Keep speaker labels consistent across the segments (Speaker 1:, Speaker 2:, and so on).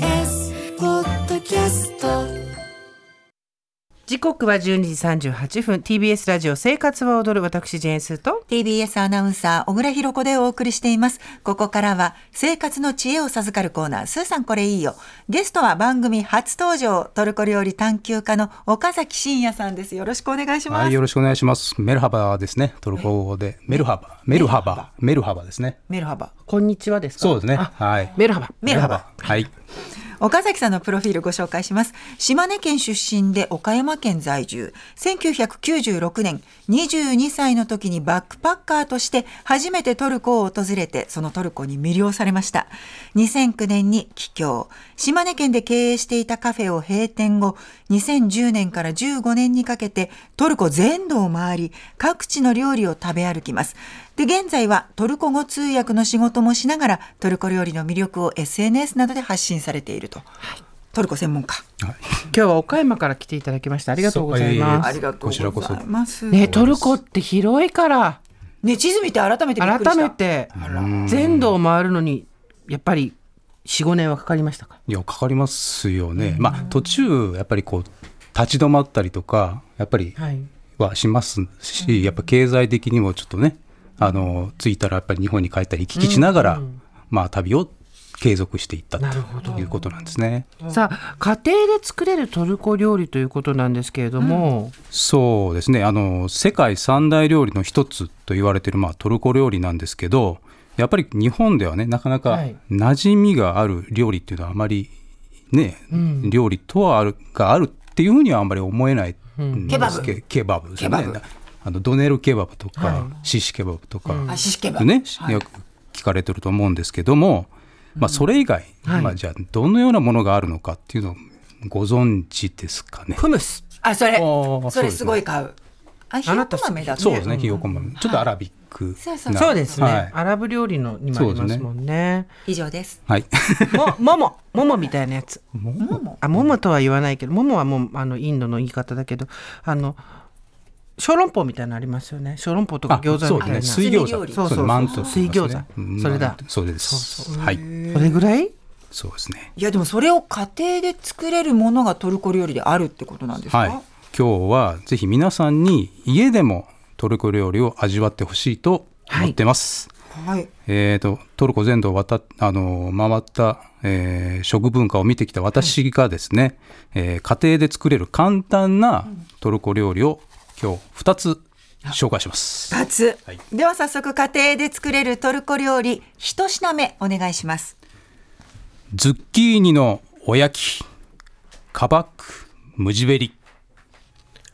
Speaker 1: TBS ポッドキャスト
Speaker 2: 時刻は12時38分 TBS ラジオ生活は踊る私ジェーンスーと
Speaker 3: TBS アナウンサー、小倉弘子でお送りしています。ここからは、生活の知恵を授かるコーナー、スーさんこれいいよ。ゲストは番組初登場、トルコ料理探求家の岡崎真也さんです。よろしくお願いします。
Speaker 4: はい、よろしくお願いします。メルハバですね。トルコ語で。メルハバ。メルハバ。メルハバですね。
Speaker 3: メルハバ。
Speaker 2: こんにちはですか
Speaker 4: そうですね。
Speaker 2: あ
Speaker 4: はい。
Speaker 2: メルハバ
Speaker 3: メルハバ。
Speaker 4: はい。
Speaker 3: 岡崎さんのプロフィールご紹介します。島根県出身で岡山県在住。1996年、22歳の時にバックパッカーとして初めてトルコを訪れて、そのトルコに魅了されました。2009年に帰郷。島根県で経営していたカフェを閉店後、2010年から15年にかけてトルコ全土を回り、各地の料理を食べ歩きます。で、現在はトルコ語通訳の仕事もしながら、トルコ料理の魅力を SNS などで発信されていると。トルコ専門家。
Speaker 2: 今日は岡山から来ていただきましたありがとうございま
Speaker 4: あ
Speaker 2: す
Speaker 4: りがとうございますこちらこそ
Speaker 3: ます。
Speaker 2: ね
Speaker 3: ね、
Speaker 2: トルコって広いから
Speaker 3: 地図見て改めてびっくりした。
Speaker 2: 改めて全土を回るのにやっぱり45年はかかりましたか
Speaker 4: いや、かかりますよね。まあ、途中、やっぱりこう、立ち止まったりとか、やっぱり
Speaker 2: はい
Speaker 4: はしますし、やっぱ経済的にもちょっとね、あの、着いたらやっぱり日本に帰ったり、行き来しながら、まあ、旅を継続していった
Speaker 2: なるほど
Speaker 4: ということなんですね。
Speaker 2: さあ家庭で作れるトルコ料理ということなんですけれども、
Speaker 4: そうですねあの世界三大料理の一つと言われている、まあ、トルコ料理なんですけどやっぱり日本ではねなかなか
Speaker 2: はい
Speaker 4: 馴染みがある料理っていうのはあまりね、料理とはあるがあるっていうふうにはあんまり思えないんですけど、ケバブケバブですねあのドネルケバブとか、シシケバブとか、
Speaker 3: あ、シシケバ。
Speaker 4: ね、よく聞かれてると思うんですけども、まあ、それ以外、
Speaker 2: はい
Speaker 4: まあ、じゃあどのようなものがあるのかっていうのをご存知ですかね。
Speaker 2: フムス
Speaker 3: あ、それ
Speaker 4: あー、
Speaker 3: それすごい買う。あ、ひよ
Speaker 2: あな
Speaker 3: こ
Speaker 2: た
Speaker 3: 豆だね。
Speaker 4: そうですね、ひよこ豆。ちょっとアラビック
Speaker 3: そうそう
Speaker 4: な。
Speaker 2: そうですね、
Speaker 4: はい
Speaker 2: アラブ料理のにもありますもんね
Speaker 3: 以上です。
Speaker 4: はい。
Speaker 2: もももももみたいなやつ
Speaker 3: もも。
Speaker 2: あももとは言わないけどももはもうあのインドの言い方だけどあの小籠包みたいなのありますよね小籠包とか 餃子
Speaker 4: そう
Speaker 2: み
Speaker 4: で
Speaker 2: た
Speaker 4: す
Speaker 2: いな、
Speaker 4: ね、
Speaker 2: そ
Speaker 4: 水餃
Speaker 3: そう
Speaker 4: 子。
Speaker 2: そうそう
Speaker 4: れマントって言いますね。
Speaker 2: 水餃子
Speaker 4: うん
Speaker 2: それだ
Speaker 4: それです。はい。
Speaker 2: れぐらい
Speaker 4: そうですね。
Speaker 3: いや、でもそれを家庭で作れるものがトルコ料理であるってことなんですか、
Speaker 4: はい。今日はぜひ皆さんに家でもトルコ料理を味わってほしいと思ってます。
Speaker 3: はい。
Speaker 4: えー、とトルコ全土を渡っあの回った、えー食文化を見てきた私がですね、えー家庭で作れる簡単なトルコ料理を今日2つ紹介します。
Speaker 3: 二つ
Speaker 4: はい
Speaker 3: では早速家庭で作れるトルコ料理一品目お願いします。
Speaker 4: ズッキーニのおやき、カバック、ムジベリ。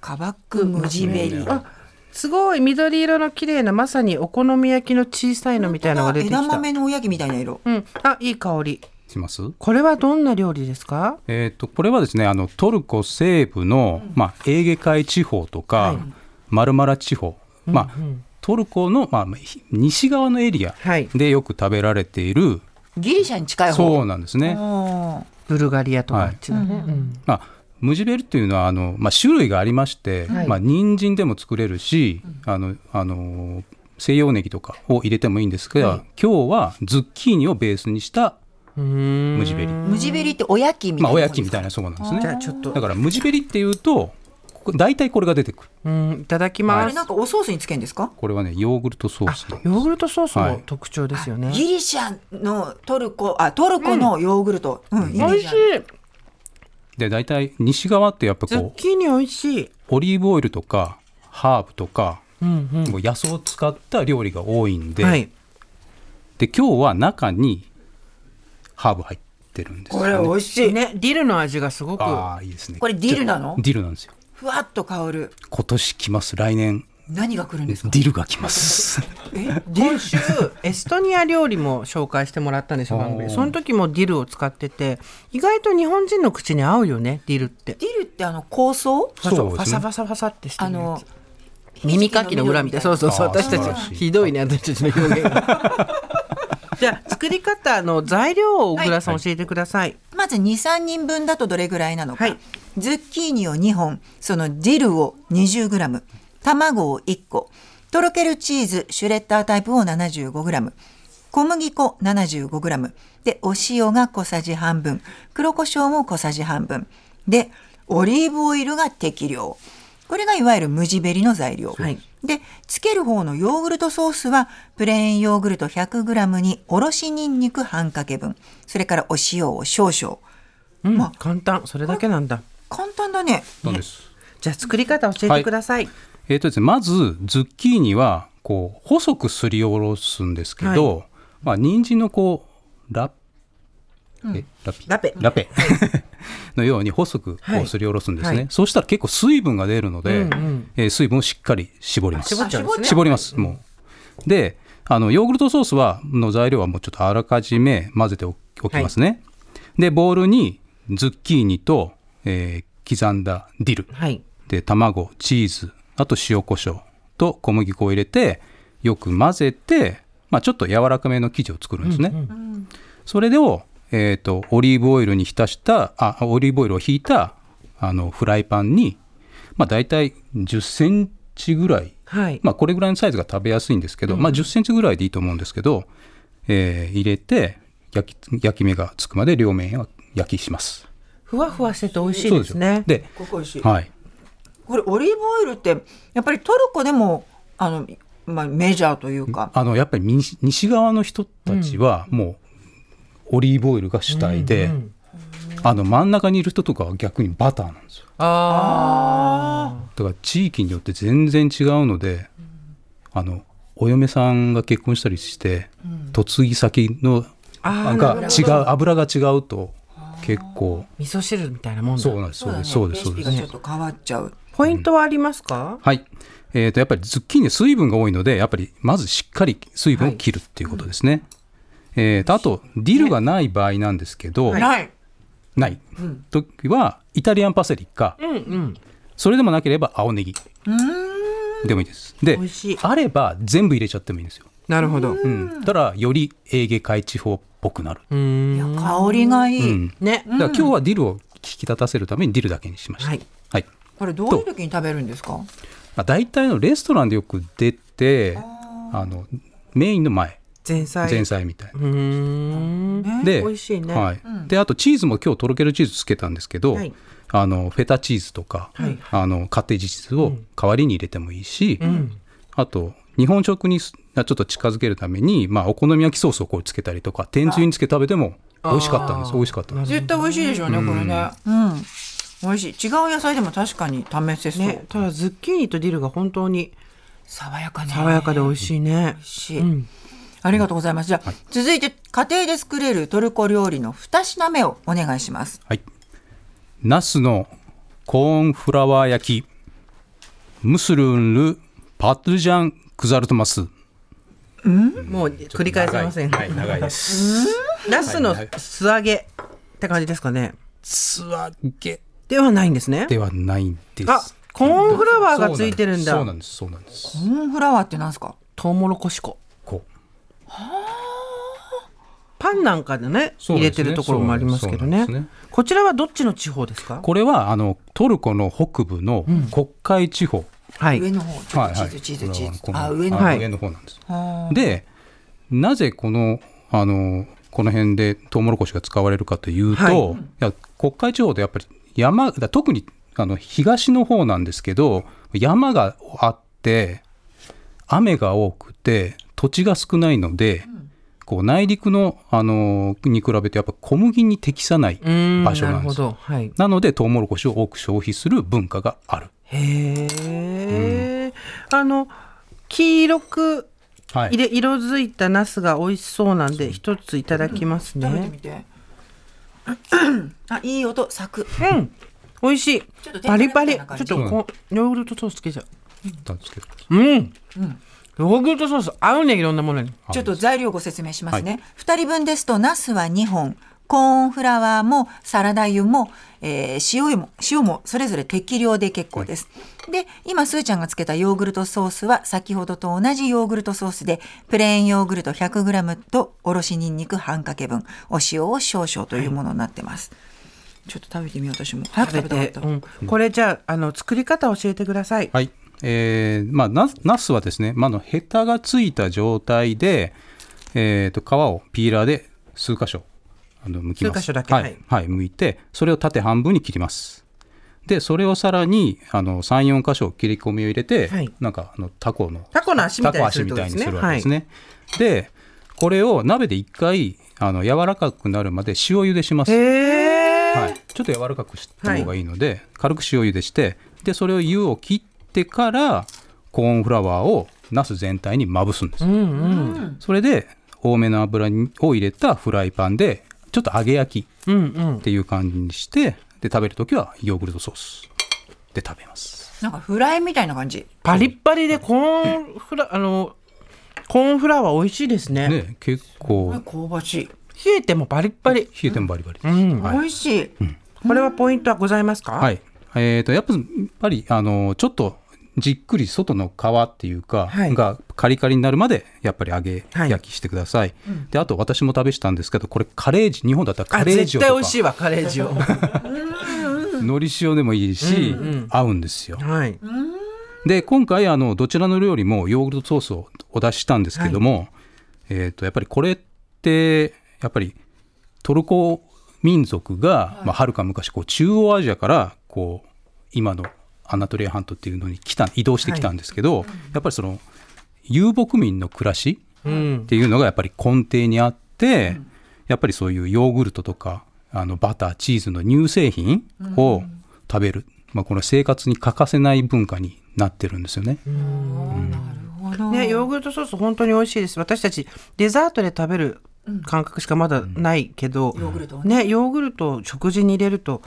Speaker 3: カバックムジベリ。
Speaker 2: あすごい緑色の綺麗なまさにお好み焼きの小さいのみたいなのが出てきた
Speaker 3: 枝豆のおやきみたいな色。
Speaker 2: うん、あいい香り
Speaker 4: します
Speaker 2: これはどんな料理ですか
Speaker 4: えー、とこれはですねあのトルコ西部の、まあ、エーゲ海地方とか、マルマラ地方、まあトルコの、まあ、ひ西側のエリア
Speaker 2: はい
Speaker 4: でよく食べられている、
Speaker 3: ギリシャに近い方。
Speaker 4: そうなんですね。
Speaker 3: あ
Speaker 2: ブルガリアとかあっちだね、うん
Speaker 4: まあ、ムジベルっていうのはあの、まあ、種類がありまして、
Speaker 2: はい
Speaker 4: まあ、人参でも作れるし、あのあのー西洋ネギとかを入れてもいいんですが、今日はズッキーニをベースにしたムジベリ、
Speaker 3: ームジベリっておやきみたいな。
Speaker 4: まあ、おやきみたいなそうなんですね
Speaker 2: じゃあちょっと
Speaker 4: だからムジベリっていうとここ大体これが出てくる
Speaker 2: うんいただき
Speaker 3: あ
Speaker 2: ま
Speaker 3: れ
Speaker 2: す、
Speaker 3: なんかおソースにつけんですか？
Speaker 4: これはねヨーグルトソース
Speaker 2: ヨーグルトソース
Speaker 4: は
Speaker 2: の
Speaker 4: い
Speaker 2: 特徴ですよね、
Speaker 3: ギリシャのトルコあトルコのヨーグルト。うん。
Speaker 2: 美味しい
Speaker 4: で大体西側ってやっぱ
Speaker 2: ズッ
Speaker 4: こう
Speaker 2: キーニ美味しい
Speaker 4: オリーブオイルとかハーブとか、
Speaker 2: うんうん
Speaker 4: こう野草を使った料理が多いんで、
Speaker 2: はい
Speaker 4: で今日は中にハーブ入ってるんですよ
Speaker 3: これ美味しい。
Speaker 2: ねディルの味がすごく
Speaker 4: ああいいですね
Speaker 3: これディルなの？
Speaker 4: ディルなんですよ
Speaker 3: ふわっと香る。
Speaker 4: 今年来ます来年
Speaker 3: 何が来るん
Speaker 4: デ
Speaker 3: ですか？
Speaker 4: ィルが来ます
Speaker 2: 今週エストニア料理も紹介してもらったんですよ番組でその時もディルを使ってて意外と日本人の口に合うよねディルって
Speaker 3: ディルってあの香草？
Speaker 4: そうですね
Speaker 2: ファサファサファサってして
Speaker 3: あ
Speaker 2: るや
Speaker 3: の
Speaker 2: つ耳かきの裏みたいなそうそうそう
Speaker 4: あー
Speaker 2: 私た
Speaker 4: 素晴らし
Speaker 2: ち
Speaker 4: い
Speaker 2: ひどいね私たちの表現がじゃあ作り方の材料を小倉さん教えてください、
Speaker 3: まず23人分だとどれぐらいなのか、
Speaker 2: はい
Speaker 3: ズッキーニを2本そのディルを 20g 卵を1個とろけるチーズシュレッダータイプを 75g 小麦粉 75g でお塩が小さじ半分黒胡椒も小さじ半分でオリーブオイルが適量これがいわゆる無地ベリの材料、
Speaker 2: はい
Speaker 3: でつける方のヨーグルトソースはプレーンヨーグルト 100g におろしにんにく半かけ分それからお塩を少々
Speaker 2: うん
Speaker 3: まあ
Speaker 2: 簡単それだけなんだ
Speaker 3: 簡単だね
Speaker 4: そうです。
Speaker 2: じゃあ作り方教えてください、
Speaker 4: えーとですね、まずズッキーニはこう細くすりおろすんですけど、まあ人参のこうラえラピ
Speaker 2: ラペ
Speaker 4: ラペ のように細くこ
Speaker 2: はいう
Speaker 4: すりおろすんですね、
Speaker 2: はい
Speaker 4: そうしたら結構水分が出るので、
Speaker 2: うんうん
Speaker 4: えー水分をしっかり絞ります
Speaker 2: 絞っちゃうんですね
Speaker 4: 絞りますもうであのヨーグルトソースはの材料はもうちょっとあらかじめ混ぜておおきますね、でボウルにズッキーニと、えー刻んだディル、
Speaker 2: はい
Speaker 4: で卵チーズあと塩コショウと小麦粉を入れてよく混ぜて、まあ、ちょっと柔らかめの生地を作るんですね、それを、えー、とオリーブオイルに浸したあオリーブオイルをひいたあのフライパンに、まあ、大体1 0センチぐらい、
Speaker 2: はい、
Speaker 4: まあ、これぐらいのサイズが食べやすいんですけど、まあ、1 0センチぐらいでいいと思うんですけど、えー入れて焼き焼き目がつくまで両面は焼きします
Speaker 2: ふわふわしてて美味しいです
Speaker 4: そ
Speaker 2: ね
Speaker 4: うです
Speaker 3: ここ美味しい
Speaker 4: で、はい、
Speaker 3: これオリーブオイルってやっぱりトルコでもあの、まあ、メジャーというか
Speaker 4: あのやっぱり西西側の人たちはもうオリーブオイルが主体で、あの真ん中にいる人とかは逆にバターなんですよ
Speaker 2: あ
Speaker 4: だから地域によって全然違うので、あのお嫁さんが結婚したりして嫁ぎ先の
Speaker 2: あー
Speaker 4: が違う油が違うと結構
Speaker 2: 味噌汁みたいなもんだ
Speaker 4: そうなんですそうですそうですそう
Speaker 3: レ
Speaker 4: で
Speaker 3: シピがちょ
Speaker 4: す
Speaker 3: っ。と変わっちゃう、
Speaker 2: ポイントはありますか、
Speaker 4: はい。えー、とやっぱりズッキーニは水分が多いのでやっぱりまずしっかり水分を切るっていうことですね。えーとあとディルがない場合なんですけど、
Speaker 3: ない
Speaker 4: ない時はイタリアンパセリか、
Speaker 2: うんうん
Speaker 4: それでもなければ青ネギでもいいですで
Speaker 2: 美味しい
Speaker 4: あれば全部入れちゃってもいいんですよ、
Speaker 2: なるほど
Speaker 4: う、
Speaker 2: うん
Speaker 4: たらよりエーゲ海地方っぽくなる、
Speaker 2: ーん
Speaker 3: いや香りがいい、
Speaker 4: うん
Speaker 2: ね
Speaker 4: だから今日はディルを引き立たせるためにディルだけにしました、
Speaker 2: はい
Speaker 4: はい
Speaker 3: これどういう時に食べるんですか
Speaker 4: まあ、大体のレストランでよく出てあのメインの前
Speaker 2: 前菜
Speaker 4: 前菜みたいな、
Speaker 2: うーん
Speaker 4: で
Speaker 2: 美味しいね
Speaker 4: はいであとチーズも今日とろけるチーズつけたんですけど、
Speaker 2: はい
Speaker 4: あのフェタチーズとか、
Speaker 2: はい
Speaker 4: あのカッテージチーズを代わりに入れてもいいし、
Speaker 2: ん
Speaker 4: あと日本食にすちょっと近づけるために、まあ、お好み焼きソースをこうつけたりとか天つゆにつけて食べても美味しかったんです美味しかったんです
Speaker 3: 絶対美味しいでしょうね、これねうん美味しい違う野菜でも確かに試せそう、
Speaker 2: ねただズッキーニとディルが本当に
Speaker 3: 爽やかね
Speaker 2: 爽やかで美味しいね
Speaker 3: 美味しい、
Speaker 2: うん
Speaker 3: ありがとうございますじゃあ、続いて家庭で作れるトルコ料理の2品目をお願いします
Speaker 4: はいナスのコーンフラワー焼きムスルンルパトゥジャンクザルトマス
Speaker 2: もう繰り返せません
Speaker 4: 長いはい長いです
Speaker 2: ナスの素揚げって感じですかね
Speaker 4: 素揚げ
Speaker 2: ではないんですね
Speaker 4: ではないんです
Speaker 2: あコーンフラワーがついてるんだ
Speaker 4: そうなんですそうなんですそうなんです
Speaker 3: コーンフラワーってなんですか
Speaker 2: トウモロコシ粉
Speaker 4: こう
Speaker 2: パンなんかでね
Speaker 4: そう
Speaker 2: 入れ
Speaker 4: なんです
Speaker 2: て
Speaker 4: ね
Speaker 2: るところもありますけどね
Speaker 4: そうなんです
Speaker 2: こちらはどっちの地方ですか
Speaker 4: これはあのトルコの北部の国会地方、
Speaker 2: はい
Speaker 3: 上の方ちょっとチーズチーズチーズ
Speaker 4: これは
Speaker 3: あ
Speaker 4: こ
Speaker 3: 上の
Speaker 4: は
Speaker 3: 方
Speaker 4: い上の方なんです。でなぜこのあのこの辺でトウモロコシが使われるかというと、、
Speaker 2: はいい
Speaker 4: や国会地方でやっぱり山だ特にあの東の方なんですけど山があって雨が多くて土地が少ないので、こう内陸のあのに比べてやっぱ小麦に適さないう
Speaker 2: ーん
Speaker 4: 場所
Speaker 2: な
Speaker 4: な
Speaker 2: る
Speaker 4: んで
Speaker 2: ほ
Speaker 4: すよ
Speaker 2: どはい
Speaker 4: なのでトウモロコシを多く消費する文化がある。
Speaker 2: へえ、あの黄色く
Speaker 4: は
Speaker 2: 入れ色づいたナスが美味しそうなんで一ついただきます
Speaker 3: 食べてみ
Speaker 2: ね。
Speaker 3: てあいい音サク
Speaker 2: うん、美味しい
Speaker 3: ょっと。天ぷ
Speaker 2: パ
Speaker 3: ら
Speaker 2: リパリ。
Speaker 3: み
Speaker 2: ちょ
Speaker 3: たいな感
Speaker 2: っ
Speaker 3: じ
Speaker 2: とこうヨーグルトソースつけちゃう。
Speaker 4: たんですけど
Speaker 2: うん。ヨーグルトソース合うねいろんなものに。
Speaker 3: ちょっと材料をご説明しますね。二人分ですと、ナスは2本、コーンフラワーもサラダ油も、えー塩も塩もそれぞれ適量で結構です。で今すーちゃんがつけたヨーグルトソースは先ほどと同じヨーグルトソースでプレーンヨーグルト 100g とおろしにんにく半かけ分お塩を少々というものになってます。ちょっと食べてみよう私も早く食べたかった。
Speaker 2: うん、これじゃああの作り方教えてください、
Speaker 4: はい。えーまあ、なナスはですね、まあ、あのヘタがついた状態で、えー、と皮をピーラーで数箇所あの剥きま
Speaker 2: 数
Speaker 4: す。
Speaker 2: 箇所だけ
Speaker 4: はい、
Speaker 2: は
Speaker 4: はいい剥いてそれを縦半分に切ります。でそれをさらにあの34箇所切り込みを入れて、
Speaker 2: はい
Speaker 4: なんかあのタコの
Speaker 2: タコの足みたいにする
Speaker 4: タコ足みたい
Speaker 2: っ
Speaker 4: に
Speaker 2: て
Speaker 4: す
Speaker 2: ことですね
Speaker 4: るわけですね。でこれを鍋で一回あの柔らかくなるまで塩茹でします。
Speaker 2: へえ、
Speaker 4: はい、ちょっと柔らかくした方がいいので、軽く塩茹でしてでそれを湯を切ってからコーンフラワーをナス全体にまぶすんです、
Speaker 2: うんうん
Speaker 4: それで多めの油にを入れたフライパンでちょっと揚げ焼き
Speaker 2: うんうん
Speaker 4: っていう感じにしてで食べる時はヨーグルトソースで食べます
Speaker 3: なんかフライみたいな感じ。
Speaker 2: パリッパリでコーンフラあのコーンフラワー美味しいですね
Speaker 4: ね結構
Speaker 3: 香ばしい。
Speaker 2: 冷えてもパリッパリ、
Speaker 4: 冷えてもバリバリです、
Speaker 2: うん
Speaker 4: はい
Speaker 3: 美味しい。
Speaker 2: これはポイントはございますか、
Speaker 4: はい。えっ、と、やっぱやっぱり、あの、ちょっと、じっくり外の皮っていうか、
Speaker 2: はい
Speaker 4: がカリカリになるまでやっぱり揚げ
Speaker 2: はい
Speaker 4: 焼きしてください、であと私も食べしたんですけどこれカレージ日本だったらカ
Speaker 2: あ
Speaker 4: レージ
Speaker 2: 絶
Speaker 4: オと
Speaker 2: 対
Speaker 4: か
Speaker 2: 美味しいわカレージオ
Speaker 4: のり塩でもいいし、
Speaker 2: うんうん
Speaker 4: 合うんです よ
Speaker 2: はい
Speaker 4: で今回あのどちらの料理もヨーグルトソースをお出ししたんですけども、えー、とやっぱりこれってやっぱりトルコ民族がまあ、はるか昔こう中央アジアからこう今のアナトリア半島っていうのに来た移動してきたんですけど、やっぱりその遊牧民の暮らし
Speaker 2: うん
Speaker 4: っていうのがやっぱり根底にあって、やっぱりそういうヨーグルトとかあのバターチーズの乳製品を食べる、まあ、この生活に欠かせない文化になってるんですよね。
Speaker 3: なるほど
Speaker 2: ね、ヨーグルトソース本当に美味しいです私たちデザートで食べる感覚しかまだないけど、
Speaker 3: ヨーグルトは
Speaker 2: ね、ヨーグルトを食事に入れると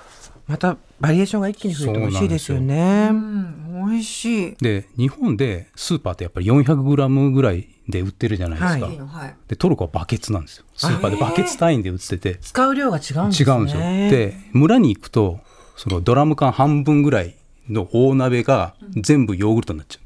Speaker 2: またバリエーションが一気に増えて美味しいですよね
Speaker 3: うん、美味しい。
Speaker 4: で日本でスーパーってやっぱり 400g ぐらいで売ってるじゃないですか、
Speaker 2: はい
Speaker 3: いいのはい。
Speaker 4: でトルコはバケツなんですよスーパーでバケツ単位で売ってて
Speaker 2: 使う量が違うんです
Speaker 4: 違
Speaker 2: ね
Speaker 4: うんですよ。で村に行くとそのドラム缶半分ぐらいの大鍋が全部ヨーグルトになっちゃう。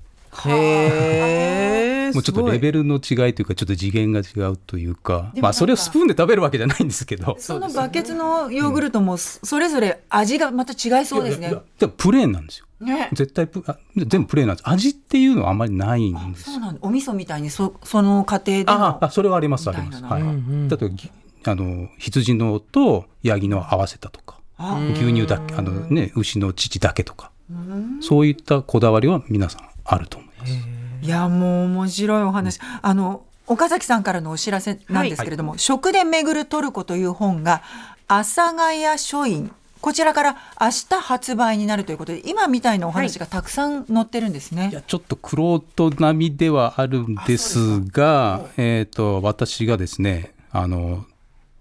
Speaker 2: へえ
Speaker 4: もうちょっとレベルの違いというかちょっと次元が違うというかまあそれをスプーンで食べるわけじゃないんですけど
Speaker 3: そのバケツのヨーグルトもそれぞれ味がまた違いそうですね。
Speaker 4: でもプレーンなんですよ
Speaker 3: ね。
Speaker 4: 絶対プあ全部プレーンなんです味っていうのはあまりないんです
Speaker 3: そうなんだ。お味噌みたいにそその家庭で
Speaker 4: あ
Speaker 3: の
Speaker 4: あそれはありますあ
Speaker 3: み
Speaker 4: り
Speaker 3: たいな
Speaker 4: ますはい、だとぎあの羊のとヤギの合わせたとか
Speaker 3: あ
Speaker 4: 牛乳だけあのね牛の乳だけとかそういったこだわりは皆さんあると思います
Speaker 3: いやもう面白いお話。あの岡崎さんからのお知らせなんですけれども、食で巡るトルコという本が阿佐ヶ谷書院こちらから明日発売になるということで、今みたいなお話がたくさん載ってるんですね。
Speaker 4: いやちょっとクロート並みではあるんですがえー、と私がですねあの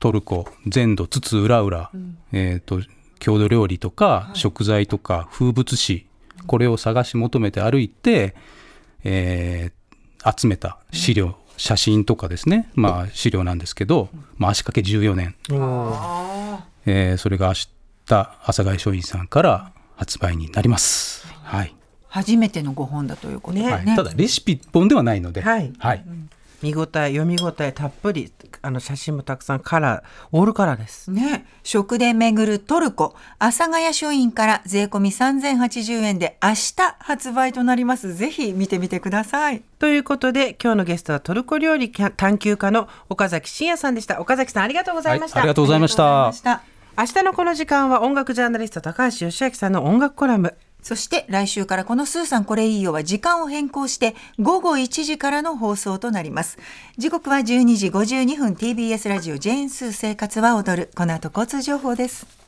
Speaker 4: トルコ全土津々浦々、えー、と郷土料理とか、食材とか風物詩これを探し求めて歩いて、えー集めた資料、写真とかですね、まあ、資料なんですけど、まあ、足掛け14年、えーそれが明日阿佐ヶ谷書院さんから発売になります。はい
Speaker 3: 初めてのご本だということでね。
Speaker 4: はい、ただレシピ一本ではないので、
Speaker 2: はい
Speaker 4: はい、
Speaker 2: 見応え読み応えたっぷりあの写真もたくさんカラーオールカラーです
Speaker 3: ね、食で巡るトルコ、阿佐ヶ谷書院から税込み3080円で明日発売となります。ぜひ見てみてください。
Speaker 2: ということで今日のゲストはトルコ料理探求家の岡崎真也さんでした岡崎さんありがとうございました、
Speaker 4: はいありがとうございました
Speaker 3: ありがとうございました。
Speaker 2: 明日のこの時間は音楽ジャーナリスト高橋義明さんの音楽コラム
Speaker 3: そして来週からこのスーさんこれいいよは時間を変更して午後1時からの放送となります。時刻は12時52分 TBS ラジオジェーンスー生活は踊る。この後交通情報です。